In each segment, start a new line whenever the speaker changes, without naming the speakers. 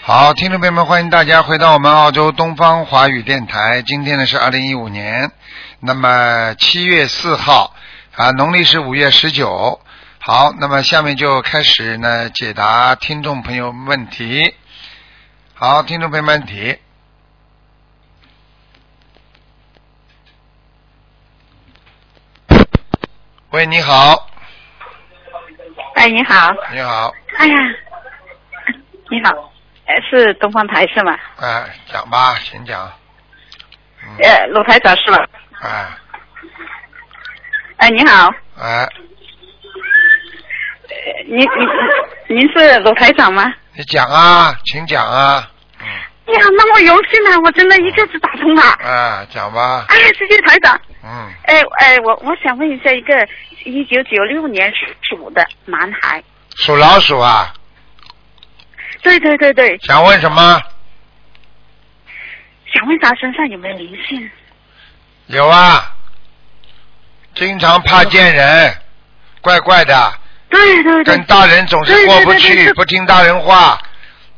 好，听众朋友们，欢迎大家回到我们澳洲东方华语电台。今天呢是二零一五年，那么七月四号啊，农历是五月十九。好，那么下面就开始呢解答听众朋友问题。好，听众朋友们提。喂，你好，
哎，你好，
你好，
哎呀，你好，呃是东方台是吗？
哎，讲吧，请讲，嗯，
呃，鲁台长是吧？
哎，
哎，你好，
哎，
呃您您您是鲁台长吗？
你讲啊，请讲啊，嗯，
哎呀，那我荣幸啊了，我真的一下子打通了。
啊，讲吧，
哎，谢谢台长。
嗯，
哎哎，我我想问一下，一个一九九六年属的男孩，
属老鼠啊，
对对对对，
想问什么？
想问他身上有没有灵性？
有啊，经常怕见人，怪怪的，
对对对，
跟大人总是过不
对对对
去，
对
不听大人话，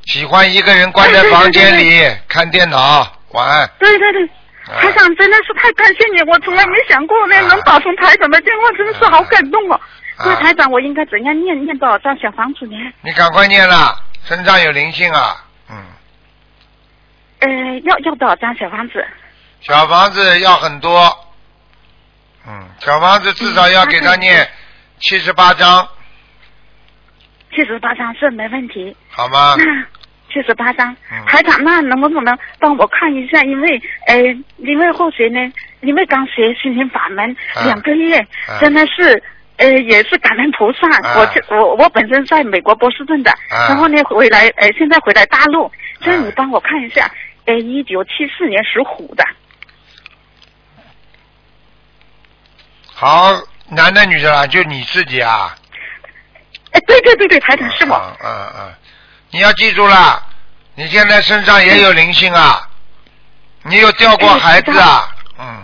喜欢一个人关在房间
对
里看电脑，晚安。
对对对。
啊
台长真的是太感谢你，我从来没想过那
啊
能打通台长的电话，真的是好感动哦。
啊
那台长，我应该怎样念念多少张小房子呢？
你赶快念了，身上有灵性啊，嗯，
呃，要要多少张小房子？
小房子要很多，嗯，小房子至少要给他念七十八章，
七十八张是没问题。
好吗？
那七十八张
啊嗯，
台长，那能不能帮我看一下？因为呃，因为后学呢，因为刚学心灵法门、
啊
两个月，
啊
真的是。呃，也是感恩菩萨。
啊
我这我我本身在美国波士顿的，
啊
然后呢回来，呃，现在回来大陆，所以
啊
你帮我看一下，呃，一九七四年属虎的，
好，男的女的啦，就你自己啊。
哎，对对对对，台长是我，
嗯嗯嗯，你要记住了，你现在身上也有灵性啊，你有掉
哎
过孩子啊？嗯，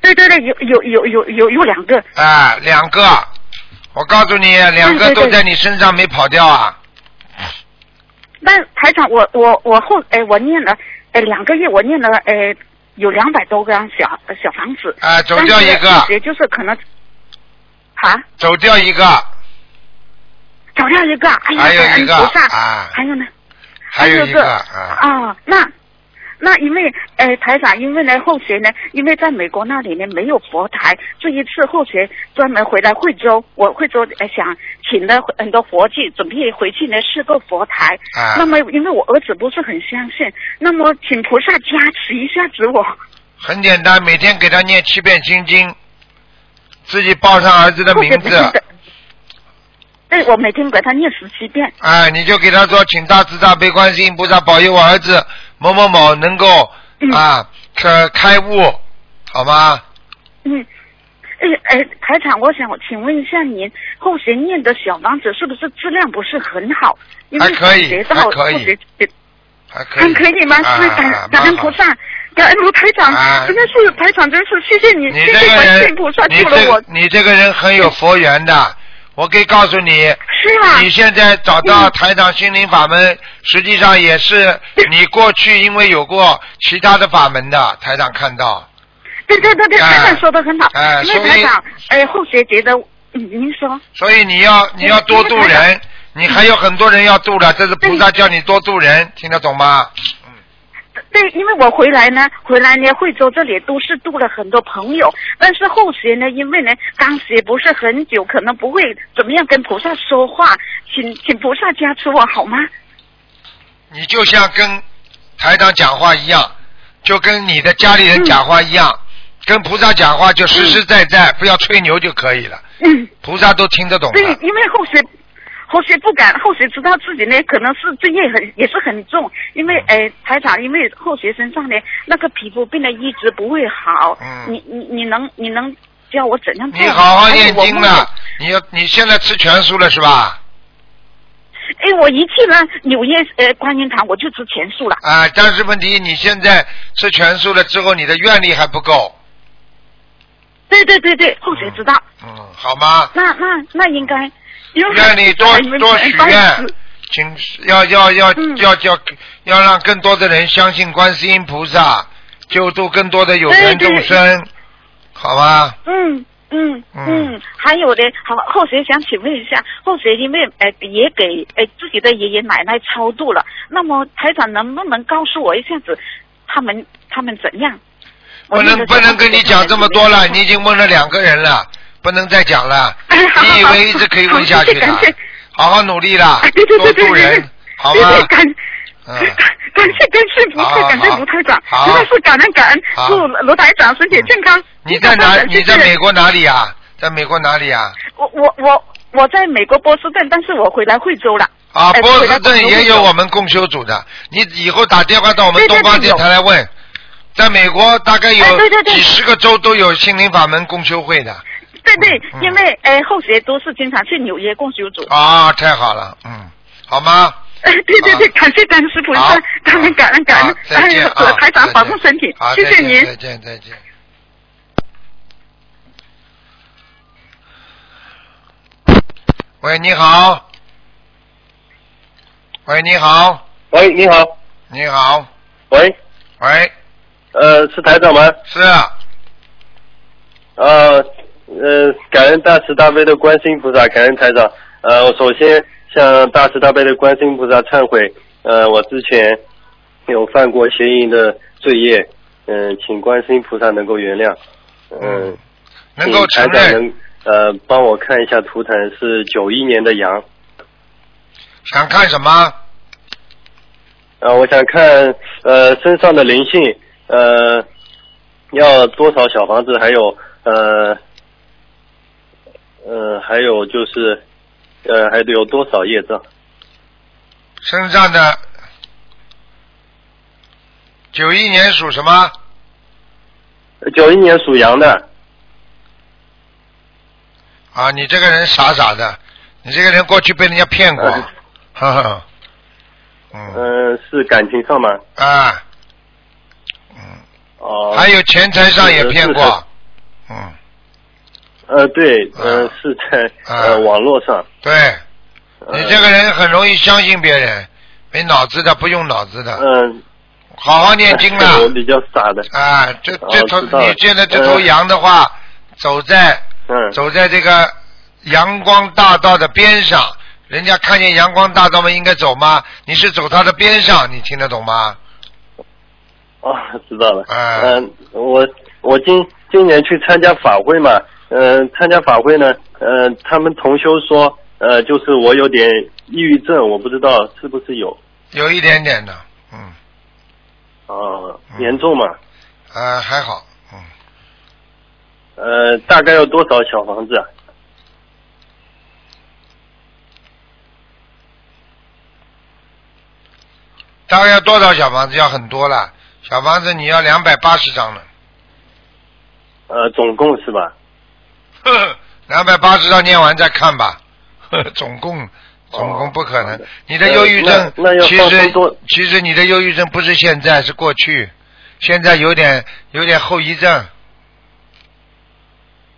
对对对，有有有有有有两个，
哎，两个，我告诉你，两个
对对
都
对
在你身上没跑掉啊。
但台长，我我我后哎，我念了哎两个月，我念了哎有两百多张小小房子，
哎，走掉一
但是
个，
也就是可能啊，
走掉一个，
找掉一个，哎呀，
还有
感恩
一个
菩萨
啊
还有呢，
还有一
个
个啊。
啊，那。那因为，呃，台长，因为呢，后学呢，因为在美国那里呢没有佛台，这一次后学专门回来惠州，我惠州呃想请了很多佛具，准备回去呢设个佛台，
啊
那么，因为我儿子不是很相信，那么请菩萨加持一下子我。
很简单，每天给他念七遍心经，自己报上儿子的
或
名
者不是
字
的，对，哎我每天给他念十七遍。
哎，你就给他说，请大慈大悲观世音菩萨保佑我儿子某某某能够、
嗯
啊，可开悟，好吗？
嗯，哎哎，台长，我想请问一下您，后学念的小房子是不是质量不是很好？因为
还可以
感觉到
还可以
后学
还可以，
还嗯可以吗？
啊
是感感恩菩。
蛮好
萨，感恩卢台长
啊，
真的是台长，真是谢谢你，
你
谢
这
谢
个
观世
人
音菩萨，
你
救了
这
我
个，嗯你这个人很有佛缘的。我可以告诉你，
是啊嗯吧？
你现在找到台长心灵法门，实际上也是
嗯
你过去因为有过其他的法门的，台长看到。
对对对对，
哎
台长说的很好
哎，
因
所
为
以
台长，哎，后学觉得，嗯，您说。
所以你要你要多度
因为台
人，你还有很多人要度的，这是菩萨叫你多度人，听得懂吗？
对，因为我回来呢，回来呢，惠州这里都是度了很多朋友，但是后学呢，因为呢刚学不是很久，可能不会怎么样跟菩萨说话，请请菩萨加持我好吗？
你就像跟台长讲话一样，就跟你的家里人讲话一样，跟菩萨讲话就实实在在，不要吹牛就可以了，
嗯，
菩萨都听得懂
对
的，。
因为后学。后学不敢，后学知道自己呢，可能是罪业很也是很重，因为
嗯
呃，台长，因为后学身上呢那个皮肤病呢一直不会好，
嗯
你你你能你能教我怎样做？
你好好
还有
念
哎我
经
梦
了，你要你现在吃全素了是吧？
哎，我一去了纽约呃观音堂，我就吃全素了。
啊，但是问题你现在吃全素了之后，你的愿力还不够，
对对对对，后学知道。
嗯，好吗？
那那那应该，因为
愿你多多许愿，请要要要、
嗯
要要要让更多的人相信观世音菩萨，救度更多的有缘
对对
众生，好吧？
嗯嗯
嗯
嗯，还有的，好，后学想请问一下，后学因为呃也给呃自己的爷爷奶奶超度了，那么台长能不能告诉我一下子他们他们怎样？
不能不能跟你讲这么多了，你已经问了两个人了，不能再讲 了。你以为一直可以问下去的？好好努力啦
哎，对对对对
多助
对
人
对，
好
对
吗
对？感
嗯
感感谢感谢卢
好
台
好
感谢
好
卢台长，
好
实在是感恩感恩，
好
祝卢台长身体健康。
你在哪？
谢谢
你在美国哪里啊？在美国哪里啊？
我我我我在美国波士顿，但是我回来惠州了。
啊，
哎
波士
回来
顿
广州
也有
惠州
我们共修组的，你以后打电话到我们
对对
东方
对
电
有
台来问，在美国大概有
哎对对对
几十个州都有心灵法门共修会的
对对
嗯，
因为呃后学都是经常去纽约共修组。
啊，太好了，嗯，好吗？
哎对对对，感谢感恩师傅，
啊好，
感恩感恩感
好
恩，
再见
哎
啊，
台长
再见
保重身体
好，
谢谢
再见
您。
再见再见。喂，你好。喂，你好，
喂，你好，
你好，
喂，
喂，
呃，是台长吗？
是啊，
呃，呃，感恩大慈大悲的观世音菩萨，感恩台长。呃，我首先向大慈大悲的观世音菩萨忏悔，呃，我之前有犯过邪淫的罪业，嗯、请观世音菩萨能够原谅。嗯、
能够
请
承
台长
认，
能呃帮我看一下图腾，是九一年的羊。
想看什么？
啊，我想看呃身上的灵性，呃，要多少小房子？还有呃，呃，还有就是呃，还得有多少啊业障？
身上的九一年属什么？
九一年属羊的，
啊，你这个人傻傻的，你这个人过去被人家骗过，
嗯
哈哈，嗯
嗯、是感情上吗？
啊，嗯，
哦、呃
还有钱财上也骗
是的
过，嗯，
呃，对，嗯、
啊
是在
啊
呃网络上。
对
呃
你这个人很容易相信别人，没脑子的，不用脑子的，
嗯，
好好啊念经
我
了
比较傻的，
啊，这
哦
这头
知道了
你现在这头
嗯
羊的话，走在
嗯，
走在这个阳光大道的边上，人家看见阳光大道嘛，应该走吗？你是走它的边上，你听得懂吗？
哦，知道了。
啊
嗯、我我今今年去参加法会嘛，嗯、参加法会呢，嗯、他们同修说，呃，就是我有点抑郁症，我不知道是不是有，
有一点点的，嗯，
啊、
嗯
严重嘛，
呃，还好，嗯，
呃，大概要多少小房子啊？
大概要多少小房子？要很多了，小房子你要两百八十张了，
呃，总共是吧？
两百八十张念完再看吧，呵呵总共。总共不可
哦好
能
的，
你的忧郁症
那那要
其
放
实
松多
其实你的忧郁症不是现在，是过去，现在有点有点后遗症，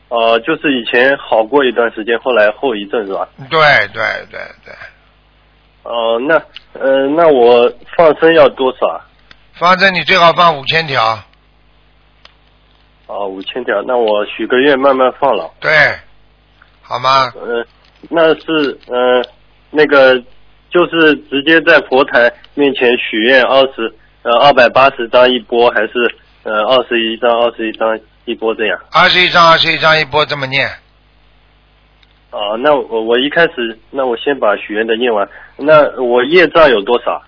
呃，就是以前好过一段时间，后来后遗症是吧？
对对对对，
哦、那呃，那我放生要多少啊？
方正你最好放五千条，
哦、五千条，那我许个愿，慢慢放了。
对，好吗？
呃，那是呃，那个就是直接在佛台面前许愿二十呃二百八十张一波，还是呃二十一张二十一张一波这样？
二十一张，二十一张一波这么念，
啊、那我我一开始，那我先把许愿的念完。那我业障有多少？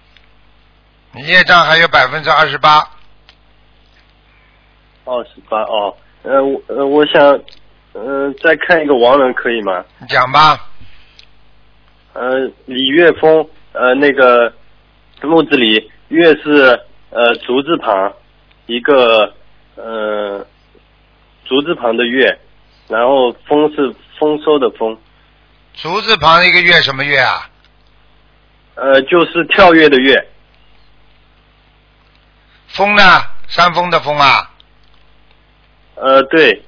你业障还有百分之二十八，
二十八哦。呃，我呃，我想，呃，再看一个亡人可以吗？
你讲吧。
呃，李岳峰，呃，那个木字李，岳是呃竹字旁，一个呃竹字旁的岳，然后丰是丰收的丰，
竹字旁一个月什么月啊？
呃，就是跳跃的跃，
风呢？山峰的峰啊？
呃，对，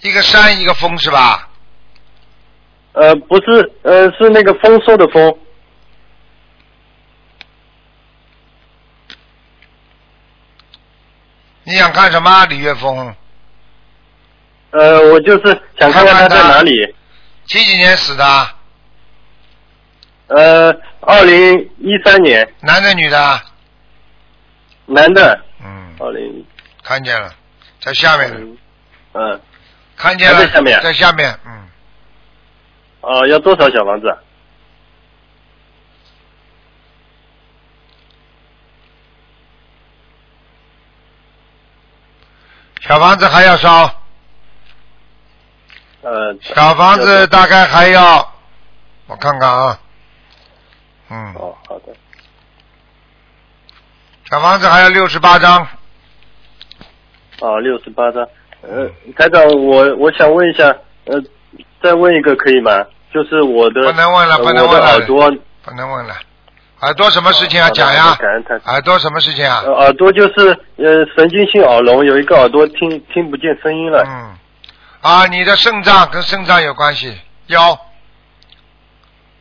一个山一个峰是吧？
呃，不是，呃，是那个丰收的丰。
你想看什么？李岳峰，
呃，我就是想看看他在哪里。
几几年死的？
呃，二零一三年，
男的女的？
男的，
嗯，
二零，
看见了，在下面呢，
嗯，嗯，
看见了，
还在下面
在下面，嗯，
哦，要多少小房子？
小房子还要烧，
呃，
小房子
要多
大概还要，我看看啊，嗯，
哦，好的，
小房子还要六十八张，
哦，六十八张。
嗯
呃，台长，我我想问一下，呃，再问一个可以吗？就是我的，
不能问了
呃
不能
我的
问了
耳朵，
不能问了。耳朵什么事情啊？
哦
讲
好的
呀
感恩台。长
耳朵什么事情啊？
呃耳朵就是呃神经性耳聋，有一个耳朵听听不见声音了。
嗯，啊，你的肾脏跟肾脏有关系，腰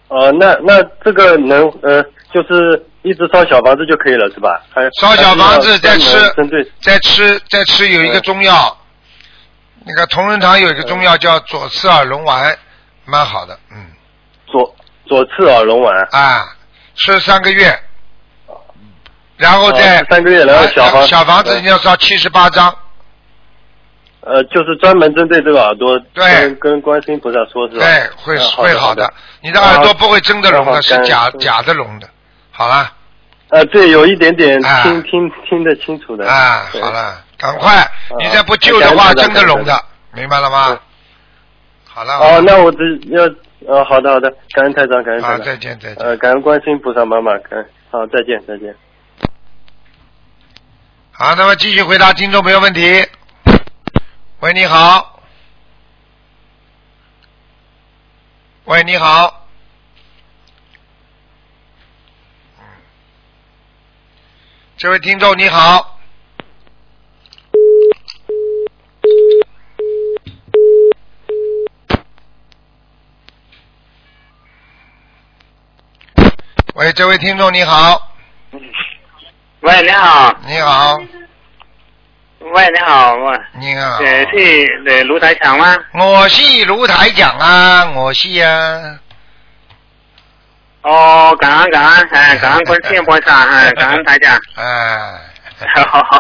哦、那那这个能呃，就是一直烧小房子就可以了是吧？还
烧小房子再
还
吃
是要专门针对
在吃在吃有一个中药，那个同仁堂有一个中药叫左次耳聋丸，蛮好的，嗯，
左左次耳聋丸。
啊，吃三个月，然后
哦
再
吃三个月然后
啊
小房
小房子你要烧七十八张，
呃，就是专门针对这个耳朵，
对
跟跟观世音菩萨说是吧？
对，会
嗯
会
好
的
的。，
你的耳朵
好
不会真的聋的，
好
是
感
假
恩
假的聋的，好了。
呃，对，有一点点
啊
听听听得清楚的。
啊，
对
好。了，赶快，你再不救的话，
感
真
恩
的
台长
聋的，明白了吗
对？
好了，好
哦，
了
那我只要呃，好的好的，感恩台长，感恩
啊
台，
再
长。
见，再见。
呃，感恩观世音菩萨妈妈，感恩好，再见再见。
好，那么继续回答听众朋友问题。喂，你好。喂，你好。这位听众你好，喂，这位听众你好，
喂，你好，
你好，
喂，你好，我，
你好。
呃，是呃卢台长吗？
我是卢台长啊，我是啊，
哦，感恩感恩， 哎，感恩观世音菩萨，哎，感恩台长。
哎，
好好，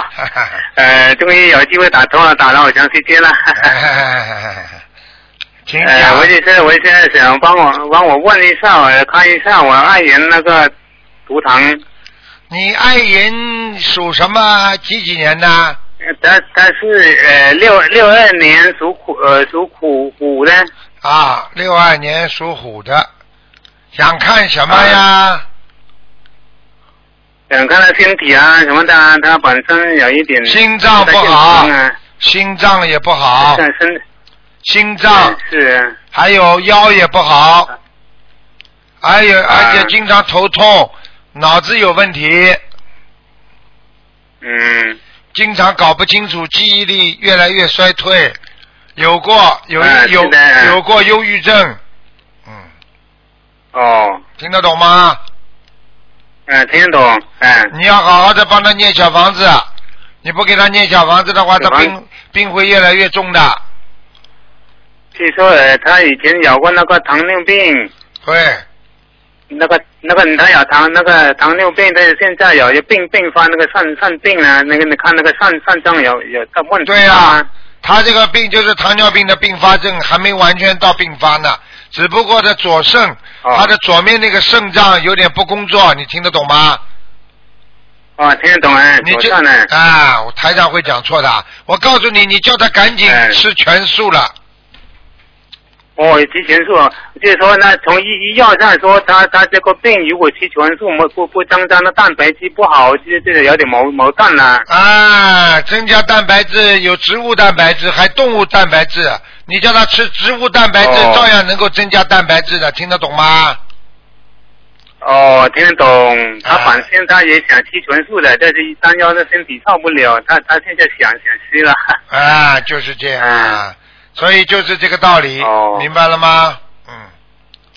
呃，终于有机会打通了，打了好长时间了。
请
呃，
讲
我就是我现在想帮我帮我问一下，我看一下我爱人那个图腾，
你爱人属什么？几几年的？
呃他他是呃六六二年属虎呃属虎虎的，
啊，六二年属虎的，想看什么
啊
呀？
想看他身体啊什么的啊，他本身有一点
心脏不
太健
好
康啊，
心脏也不好，
但身
心脏
是啊。
还有腰也不好，还有
哎
而且经常头痛，脑子有问题，
嗯，
经常搞不清楚，记忆力越来越衰退，有过有、
啊
有
是的
有过忧郁症，嗯，
哦，
听得懂吗？
嗯，听得懂，嗯，
你要好好的帮他念小房子，你不给他念小房子的话，他
小房
病病会越来越重的。
据说呃，他以前有过那个糖尿病，
对，
那个那个他有糖那个糖尿病，但是现在有一病并发那个肾肾病啊，那个你看那个肾肾脏有有这问题
对呀
啊，
他这个病就是糖尿病的并发症，还没完全到并发呢，只不过他左肾，
哦
他的左面那个肾脏有点不工作，你听得懂吗？
哦，听得懂啊，
你
左
就
上呢，
啊，我台长会讲错的。我告诉你，你叫他赶紧
哎
吃全素了。
哦，提前素，就是说呢，从医医药上说，他他这个病如果吃全素，没不不增加那蛋白质不好，这这有点矛矛盾了、
啊，增加蛋白质，有植物蛋白质，还动物蛋白质。你叫他吃植物蛋白质，
哦
照样能够增加蛋白质的，听得懂吗？
哦，听得懂。他
啊
反正他也想吃全素的，但是一三幺的身体受不了，他他现在想想吃了。
啊，就是这样啊。所以就是这个道理，
哦
明白了吗？嗯，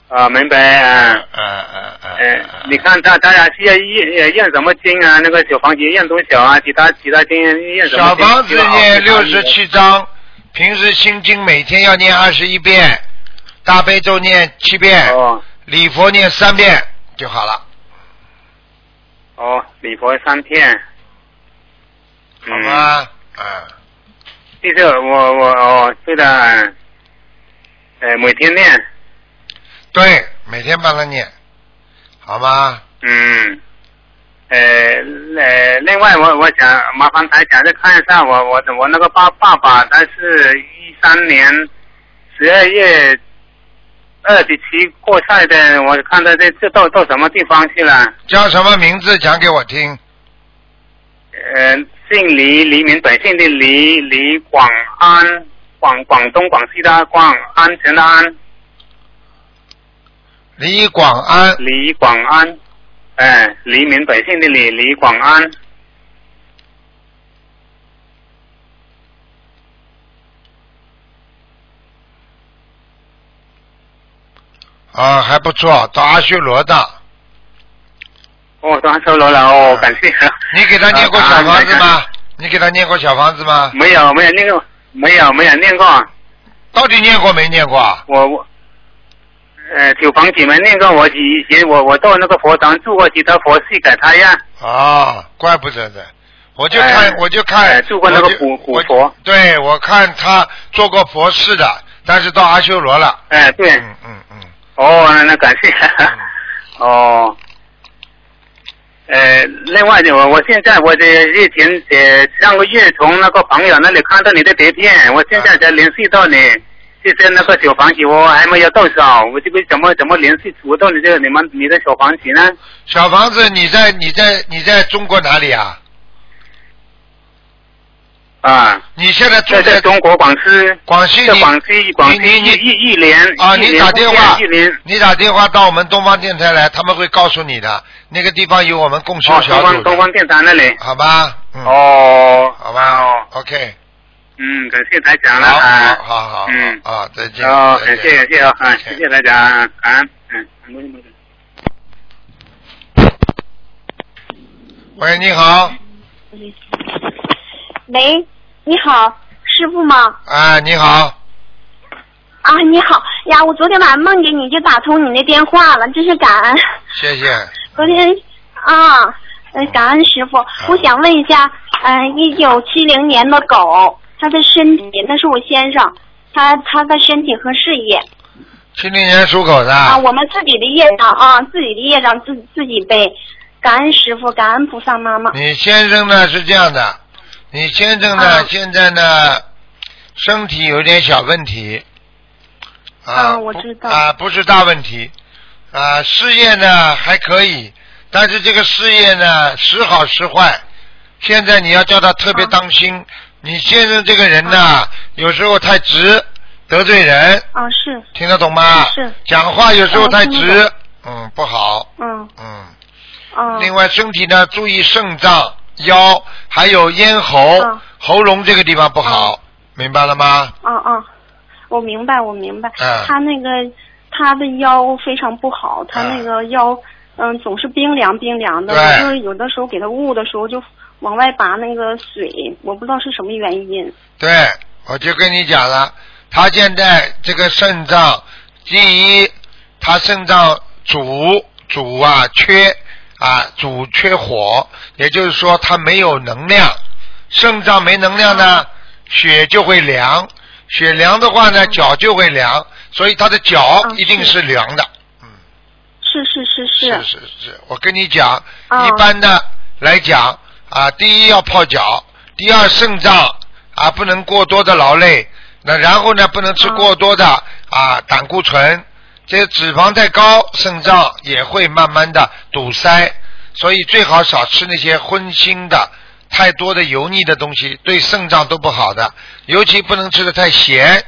啊，明白啊。
嗯嗯嗯。
哎，你看他，他俩现在验验什么经啊？那个小房子验多少啊？其他其他经验什么经？
小房子念
就好啊
六十。七章，平时心经每天要念二十一遍，大悲咒念七遍，
哦
礼佛念三遍就好了，
哦，礼佛三片。
好吗？嗯，
这是我我哦，对的，呃，每天练，
对，每天帮他念，好吗？
嗯，呃呃，另外我我想麻烦台长再看一下我我我那个爸爸爸，他是一三年十二月二十七过世的，我看他这这到到什么地方去了？
叫什么名字讲给我听？
呃，姓黎，黎明本姓的黎，黎广安，广广东广西的广，安全的安。
李广安，
李广安，哎、黎明百姓的李，李广安，
啊，还不错，到阿修罗的。
啊哦，他收罗了哦，感谢。
啊你给他念过
啊
小房子？
啊
吗？你给他念过小房子吗？
没有，没有念过，没有，没有念过。啊
到底念过没念过啊？
我我，呃，九房姐妹念过，我以前我我到那个佛堂住过其他佛系给他呀。
啊，怪不得的。我就看，
哎
我就看，
哎做过那个
我就
古古
我
佛
对，我看他做过佛事的，但是到阿修罗了。
哎、对，
嗯嗯嗯，
哦，那那感谢。
嗯
哦，呃，另外呢，我我现在我的日前呃上个月从那个朋友那里看到你的碟片，我现在才联系到你，就是那个小房子我还没有到手，我这个怎么怎么联系不到你这个你们你的小房子呢？
小房子，你在你在你在中国哪里啊？
啊，
你现在住
在在
在
中国广西，
广西
在
你
广西广西
你你
一一一连
啊，
一
你
连
打电话
一连，
你打电话到我们东方电台来，他们会告诉你的。那个地方有我们共修
哦，
小
东
组
方东
的，
方电台那里。
好吧？嗯，
哦，
好吧
哦，
，OK，
嗯，感谢台
好，
长了
好，
啊。
好好好，
嗯
啊，再见，
哦，
再
感
见
谢感谢
再
啊，啊，
见
谢谢大家啊，啊，嗯，没事没事。
喂，你好，
喂，你好，师傅吗？
啊，你好，
啊，你好呀！我昨天晚上梦见你就打通你那电话了，真是感恩。
谢谢。
昨天啊，呃，感恩师傅。我想问一下，嗯、一九七零年的狗，他的身体，那是我先生，他他的身体和事业
七零年属狗的，
啊，我们自己的业障啊，自己的业障自自己背。感恩师傅，感恩菩萨妈妈。
你先生呢是这样的，你先生呢、
啊
现在呢身体有点小问题，啊，
啊我知道
不啊，不是大问题，啊，事业呢还可以，但是这个事业呢时好时坏，现在你要叫他特别
啊
当心，你先生这个人呢、有时候太直，得罪人，
啊，是，
听得懂吗？
是
讲话有时候
哦
太
听得
直，嗯，不好，
嗯
嗯。
啊
嗯。
另外，身体呢，注意肾脏、腰，还有咽喉、
嗯
喉咙这个地方不好，明白了吗？
啊啊，我明白，我明白。
嗯
他那个他的腰非常不好，他
嗯
那个腰嗯总是冰凉冰凉的，
对
我就是有的时候给他捂的时候就往外拔那个水，我不知道是什么原因。
对，我就跟你讲了，他现在这个肾脏，第一，他肾脏主主啊缺啊主缺火，也就是说他没有能量，肾脏没能量呢，血就会凉，血凉的话呢，脚就会凉，所以他的脚
嗯
一定
是
是凉的。嗯。
是是是
是是是，我跟你讲，
哦
一般的来讲啊，第一要泡脚，第二肾脏啊不能过多的劳累，那然后呢不能吃
哦
过多的、啊胆固醇，这些脂肪太高，肾脏也会慢慢的堵塞，所以最好少吃那些荤腥的。太多的油腻的东西对肾脏都不好的，尤其不能吃的太咸。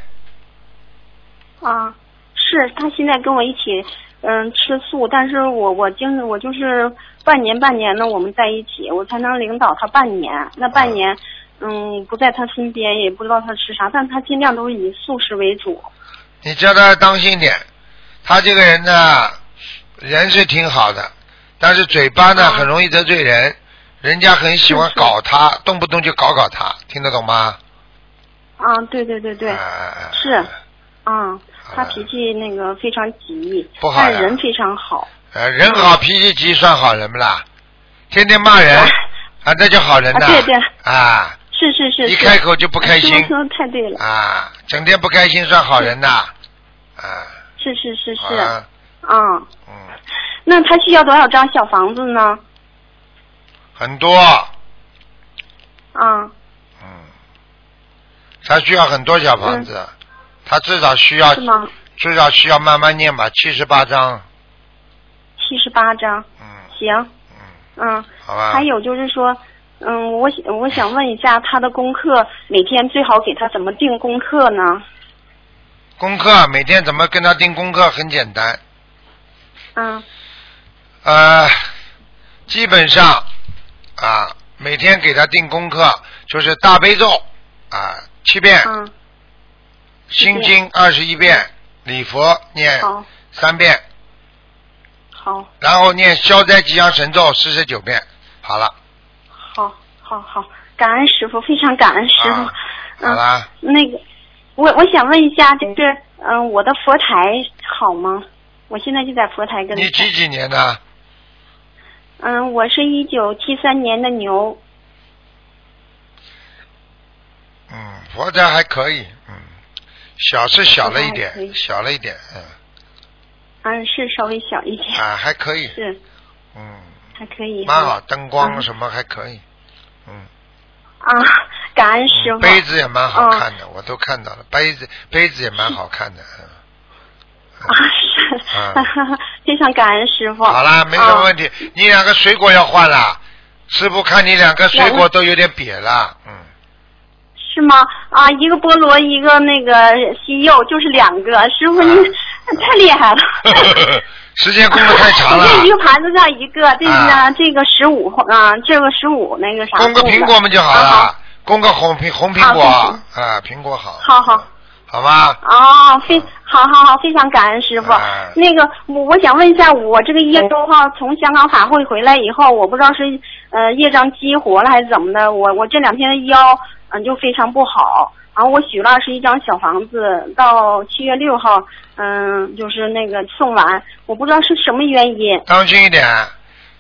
啊，是他现在跟我一起嗯吃素，但是我我经我就是半年半年的我们在一起，我才能领导他半年。那半年嗯不在他身边，也不知道他吃啥，但他尽量都是以素食为主。
你叫他当心点，他这个人呢，人是挺好的，但是嘴巴
啊
呢、很容易得罪人，人家很喜欢搞他，动不动就搞搞他，听得懂吗？
啊，对对对对，
哎哎哎
是，啊，他脾气那个非常急，
不好呀
但人非常好。
呃，人好脾气急算好人不啦？天天骂人啊，那叫好人呐、
啊对对
啊
是是是，
一
是
开口就不开心
师傅说的太对了，
啊，整天不开心算好人呐、啊，
是是是
好
是，
了，
啊，
嗯，
那他需要多少张小房子呢？
很多，
啊，
嗯，他需要很多小房子，他至少需要
嗯是吗？
至少需要慢慢念吧，七十八章，
七十八张，
嗯
行，
嗯，啊
嗯，
好吧，
还有就是说，嗯，我想我想问一下他的功课，每天最好给他怎么定功课呢？
功课每天怎么跟他定功课很简单，
嗯
呃，基本上啊，每天给他定功课就是大悲咒啊七遍，
嗯，
心经二十一遍，礼佛念
好，
三遍，
好，
然后念消灾吉祥神咒四十九遍，好了，
好，好，好，感恩师傅，非常感恩师傅。
啊好
嗯，
啦，
那个，我我想问一下，就是嗯、我的佛台好吗？我现在就在佛台跟
你几几年的？
嗯，我是一九七三年的牛。
嗯，佛台还可以，嗯，小是小了一
佛台还可
点，
以
小了一点， 嗯，
嗯，是稍微小一点，
啊，还可以，
是
嗯，
还可以。
蛮好，灯光
嗯
什么还可以，嗯。
啊，感恩师
嗯
傅。
杯子也蛮好看
哦
的，我都看到了，杯子杯子也蛮好看的。嗯
啊，是，
嗯
啊非常感恩师傅。啊
好啦，没什么问
哦
题。你两个水果要换啦，师傅看你两个水果都有点瘪了，嗯，
是吗？啊，一个菠萝，一个那个西柚，就是两个。师傅您、
嗯
太厉害了。
时间供的太长了
我，这一个盘子上一个，这个呢，
啊
这个十五啊，这个十五那个啥。
供个苹果嘛就好
啊好
了，供个红苹红苹果
啊
啊，苹果好，
好好
好吗？
哦，
嗯
非好好好，非常感恩师傅。
哎
那个，我我想问一下，我这个业障哈，从香港法会回来以后，我不知道是呃业障激活了还是怎么的，我我这两天的腰嗯、就非常不好。然后我许了二十一张小房子，到七月六号，嗯、就是那个送完，我不知道是什么原因。
当心一点，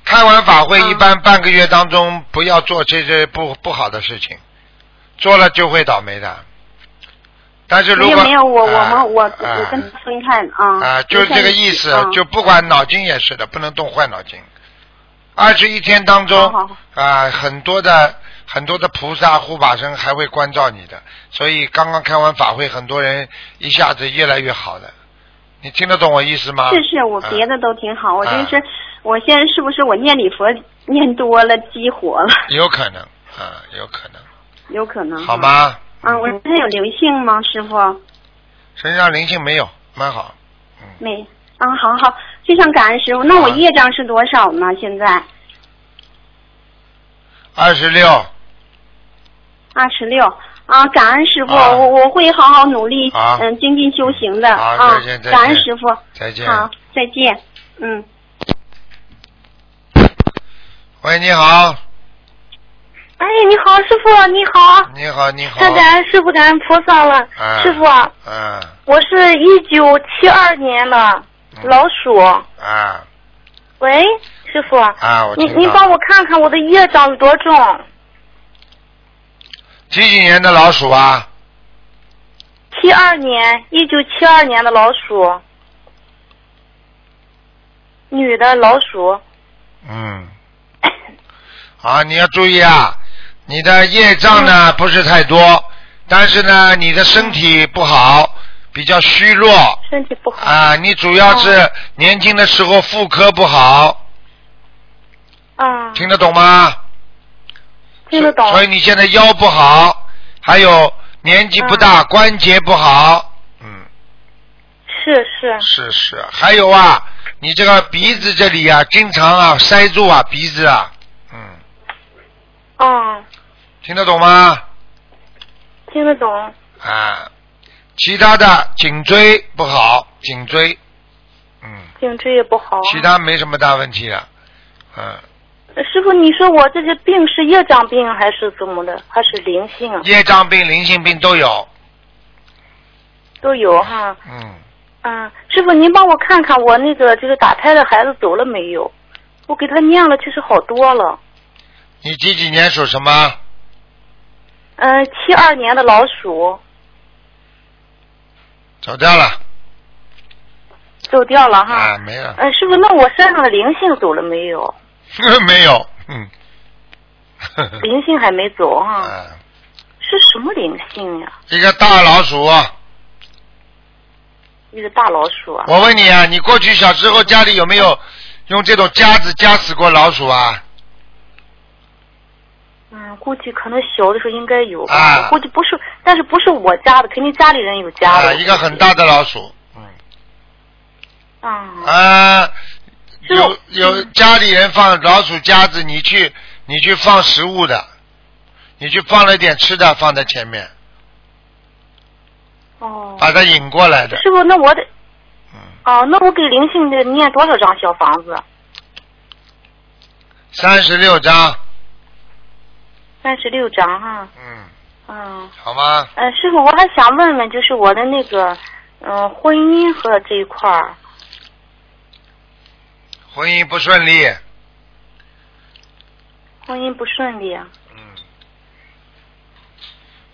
开完法会
嗯
一般半个月当中不要做这些不不好的事情，做了就会倒霉的。但是如
没有
果
没有，我、
啊
我们我、
啊
我跟他分开了啊。
啊，就是这个意思，
啊
就不管脑筋也是的，不能动坏脑筋。二十一天当中
好好
啊，很多的很多的菩萨护法神还会关照你的，所以刚刚开完法会，很多人一下子越来越好的。你听得懂我意思吗？
是是，我
啊
别的都挺好，我就
啊
是我现在是不是我念礼佛念多了 激活了，
有可能啊，有可能，
有可能。
好？嗯吗？
嗯
啊，我身上有灵性吗，师傅？
身上灵性没有，蛮好。嗯，
没。啊，好好，非常感恩师傅。那我
好啊
业障是多少呢？现在
二十六，
二十六。啊，感恩师傅，
啊
我我会好好努力，
好
嗯，精进修行的。
好
啊
再见，再
感恩
见
师傅。
再见。
好，再见。嗯。
喂，你好，
哎，你好，师傅，你好，
你好，你好。
太感恩师傅，感恩菩萨了。
哎
师傅，
嗯，
我是一九七二年的
嗯
老鼠。
啊
喂，师傅，
啊，我
你
听
你
到
帮我看看我的业障有多重？
几几年的老鼠啊？
七二年，一九七二年的老鼠，女的老鼠。
嗯， 啊，你要注意啊，你的业障
嗯
呢不是太多，但是呢你的身体不好，比较虚弱
身体不好。哦
啊，你主要是年轻的时候妇科不好，
嗯，
听得懂吗？
听得懂。
所以你现在腰不好，还有年纪不
嗯
大，关节不好，嗯，
是是。
是是，还有啊，你这个鼻子这里啊，经常啊塞住啊鼻子啊，嗯，
嗯，
听得懂吗？
听得懂。
啊，其他的颈椎不好，颈椎，
颈椎也不好、啊。
其他没什么大问题了，嗯，
师傅，你说我这个病是业障病还是怎么的？还是灵性啊？
业障病、灵性病都有，
都有哈。
嗯，
嗯，师傅，您帮我看看我那个就是打胎的孩子走了没有？我给他念了，其实好多了。
你几几年属什么？
嗯，七二年的老鼠
走掉了
走掉了哈。
啊，没了，
嗯，师傅，那我身上的灵性走了没有？
嗯没有，嗯，呵呵
灵性还没走哈、
嗯，
是什么灵性呀、
一个大老鼠啊、
一个大老鼠啊！
我问你啊，你过去小时候家里有没有用这种夹子夹死过老鼠啊？
嗯，估计可能小的时候应该有吧，
啊
我估计不是，但是不是我家的，肯定家里人有家的。
啊，一个很大的老鼠，嗯，
嗯。
啊，
是
有有家里人放老鼠夹子，你去你去放食物的，你去放了点吃的放在前面，
哦。
把它引过来的，
师傅，那我得
嗯，
哦，那我给灵性的念多少张小房子？啊
三十六张，
三十六张哈。
嗯，
嗯，
好吗？
呃，师傅，我还想问问，就是我的那个，嗯、婚姻和这一块儿，
婚姻不顺利，
婚姻不顺利。
嗯，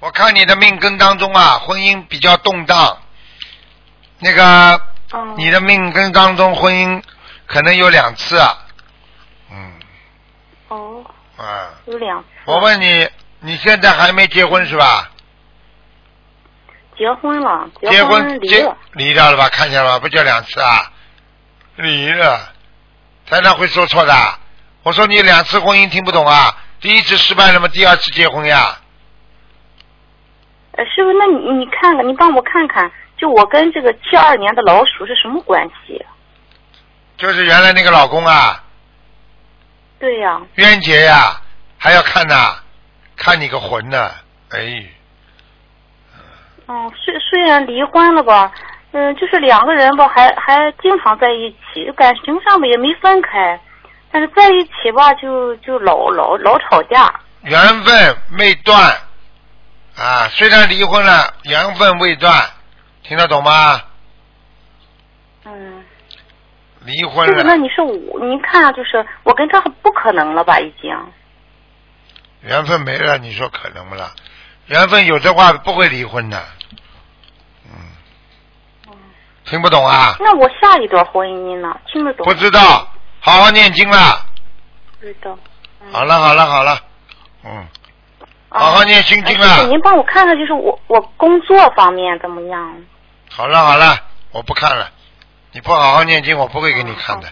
我看你的命根当中啊，婚姻比较动荡，那个
嗯。
你的命根当中婚姻可能有两次啊，嗯
哦，
啊，
有两次。
我问你，你现在还没结婚是吧？
结婚了，
结
婚离
结
了。
离掉了吧？看见了吧？不就两次啊？离了，台长会说错的。我说你两次婚姻听不懂啊？第一次失败了吗？第二次结婚呀？
呃，师傅，那你你看看，你帮我看看，就我跟这个七二年的老鼠是什么关系？
就是原来那个老公啊，
对呀、
冤结呀、还要看呐、看你个魂呐、哎，
嗯，虽虽然离婚了吧，嗯，就是两个人吧，还还经常在一起，感情上吧也没分开，但是在一起吧，就就老老老吵架。
缘分未断啊，虽然离婚了，缘分未断，听得懂吗？
嗯，
离
就
婚
是那
了，
你是我，你看啊就是我跟他不可能了吧，已经。
缘分没了，你说可能不啦？缘分有的话不会离婚的，嗯，听不懂啊？
那我下一段婚姻呢？听得懂？
不知道，好好念经啦。
不知道。嗯
好了好了好了，嗯，
啊
好好念心经啊
哎师傅您帮我看看，就是我我工作方面怎么样？
好了好了，我不看了，你不好好念经，我不会给你看的。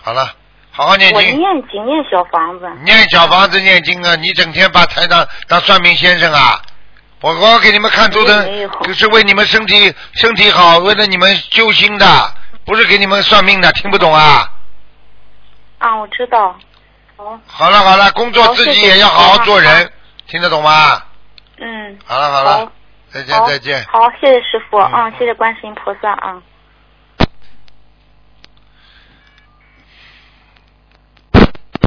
好了，好好念
我
经。嗯
念几念小房子？
念小房子念经啊！你整天把台当当算命先生啊！我我给你们看图
没
腾
有，
就是为你们身体身体好，为了你们修心的，不是给你们算命的，听不懂啊？
啊，我知道。哦，
好了好了，工作
好
自己
谢谢
也要好好做
好
人，听得懂吗？
嗯，
好了好了，再见
好
再见。
好，谢谢师傅，
嗯
嗯，谢谢观世音菩萨啊。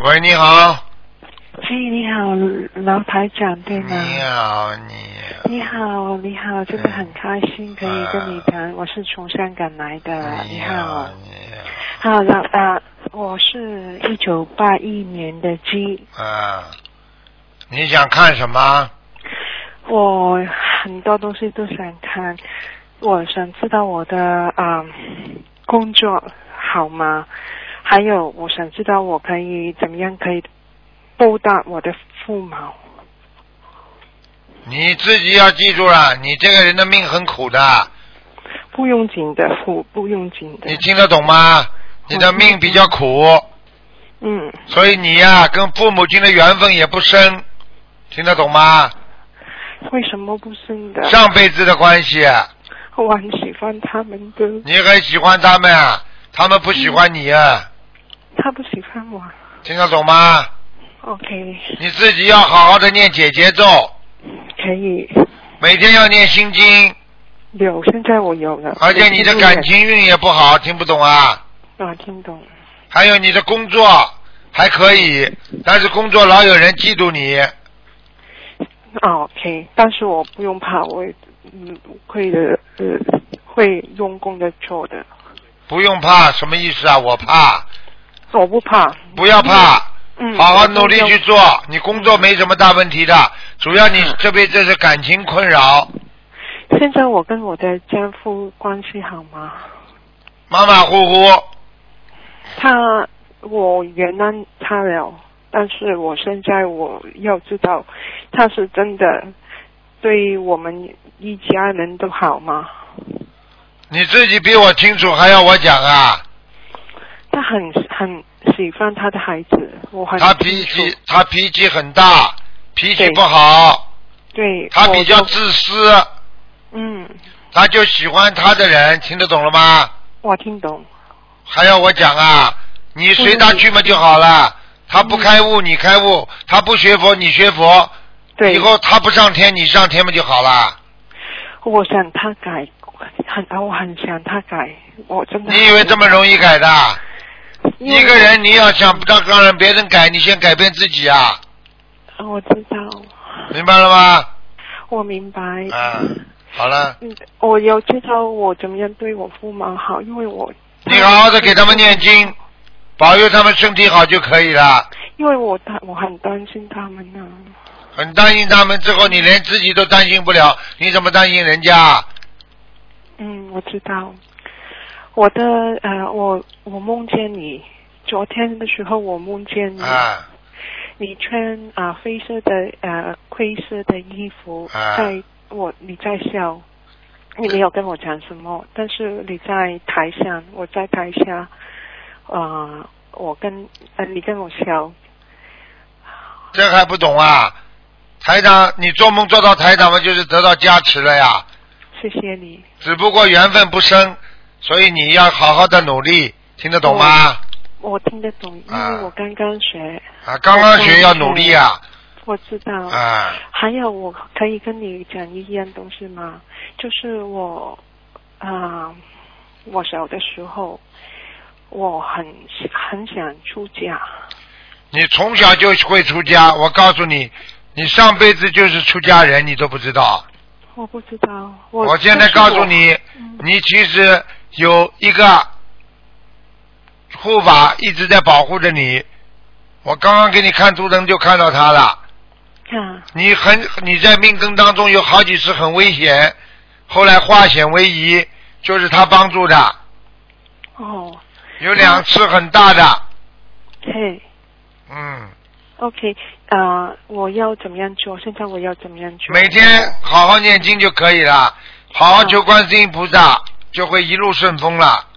喂，你好，
嘿，哎你好，劳台长对吗？
你好你嗯
你好，你好，真的很开心可以跟你谈。我是从香港来的，你好
好，你
好老啊，我是一九八一年的鸡，
好啊！你想看什么？
我很多东西都想看，我想知道我的啊、工作好吗？还有，我想知道我可以怎么样可以报答我的父母。
你自己要记住了，你这个人的命很苦的。
不用紧的，不不用紧的
你。听得懂吗？你的命比较苦，
嗯，
所以你呀、跟父母亲的缘分也不深，听得懂吗？
为什么不生的？
上辈子的关系，
我很喜欢他们的，
你很喜欢他们，啊，他们不喜欢你，啊，
他不喜欢我。
听得懂吗？
OK，
你自己要好好的念姐姐咒，
可以
每天要念心经，
有，现在我有了。
而且你的感情运也不好，听不懂啊？
我听懂了。
还有你的工作还可以，但是工作老有人嫉妒你，
啊，OK，但是我不用怕，我嗯会的，呃会用功的做的，
不用怕，什么意思啊？我怕，
我不怕。
不要怕，
嗯，
好好
我
努力
就
去做，你工作没什么大问题的，主要
嗯
你这边这是感情困扰，
现在我跟我的丈夫关系好吗？
马马虎虎，
他我原谅他了，但是我现在我要知道，他是真的对我们一家人都好吗？
你自己比我清楚，还要我讲啊？
他很很喜欢他的孩子，我很
他脾
清
气
楚，
他脾气很大，脾气
对
不好，
对，
他比较
我就
自私，
嗯，
他就喜欢他的人，听得懂了吗？
我听懂，
还要我讲啊？你随他去嘛就好了。他不开悟，你开悟；他不学佛，你学佛。
嗯对
以，后他不上天，你上天不就好了？
我想他改，很我很想他改，我真的
你以为这么容易改的？
因为
一个人你要想让让人别人改，你先改变自己啊，
我知道，
明白了吗？
我明白，
啊，好了，
嗯，我有知道我怎么样对我父母好，因为我
你好好的给他们念
嗯
经，保佑他们身体好就可以了。
因为我担我很担心他们啊呢、
很担心他们之后，你连自己都担心不了，你怎么担心人家？
嗯，我知道。我的呃，我我梦见你，昨天的时候我梦见你，
啊，
你穿啊、呃黑色的呃灰色的衣服，
啊
在我你在笑，你没有跟我讲什么，但是你在台上，我在台下，呃，我跟呃你跟我笑，
这还不懂啊？台长，你做梦做到台长嘛，就是得到加持了呀。
谢谢你，
只不过缘分不深，所以你要好好的努力，听得懂吗？
哦我听得懂，因
啊
为我刚刚学，
啊，刚刚学要努力啊，
我知道。
啊，
还有，我可以跟你讲一样东西吗？就是我，啊、我小的时候，我很很想出家，
你从小就会出家，我告诉你，你上辈子就是出家人，你都不知道。
我不知道。我
我嗯现在告诉，你，
但
你其实有一个护法一直在保护着你。我刚刚给你看图腾就看到他了。
是我啊，
你很你在命根当中有好几次很危险，后来化险为夷，就是他帮助的。
哦，
有两次很大的，
嘿
嗯，
，OK，啊、我要怎么样做？现在我要怎么样做？
每天好好念经就可以了，好好求观世音菩萨，就会一路顺风了。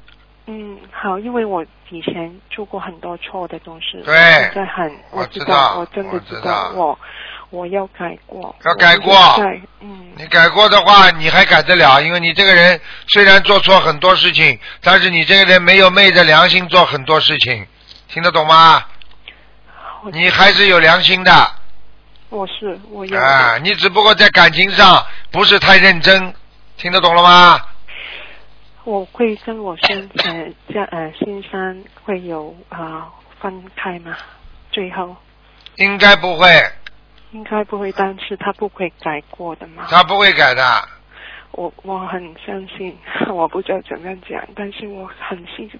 嗯，好，因为我以前做过很多错的东西，
对
现在很，
我
知
知道
我真
我
的
知道
道，我我要改过，
要改过
对，嗯，
你改过的话，你还改得了，因为你这个人虽然做错很多事情，但是你这个人没有昧着良心做很多事情，听得懂吗？
我
你还是有良心的
我是我要的，
啊，你只不过在感情上不是太认真，听得懂了吗？
我会跟我先呃家呃先生会有啊、分开吗？最后
应该不会，
应该不会，但是他不会改过的嘛。
他不会改的。
我我很相信， 我不知道怎么样讲，但是我很希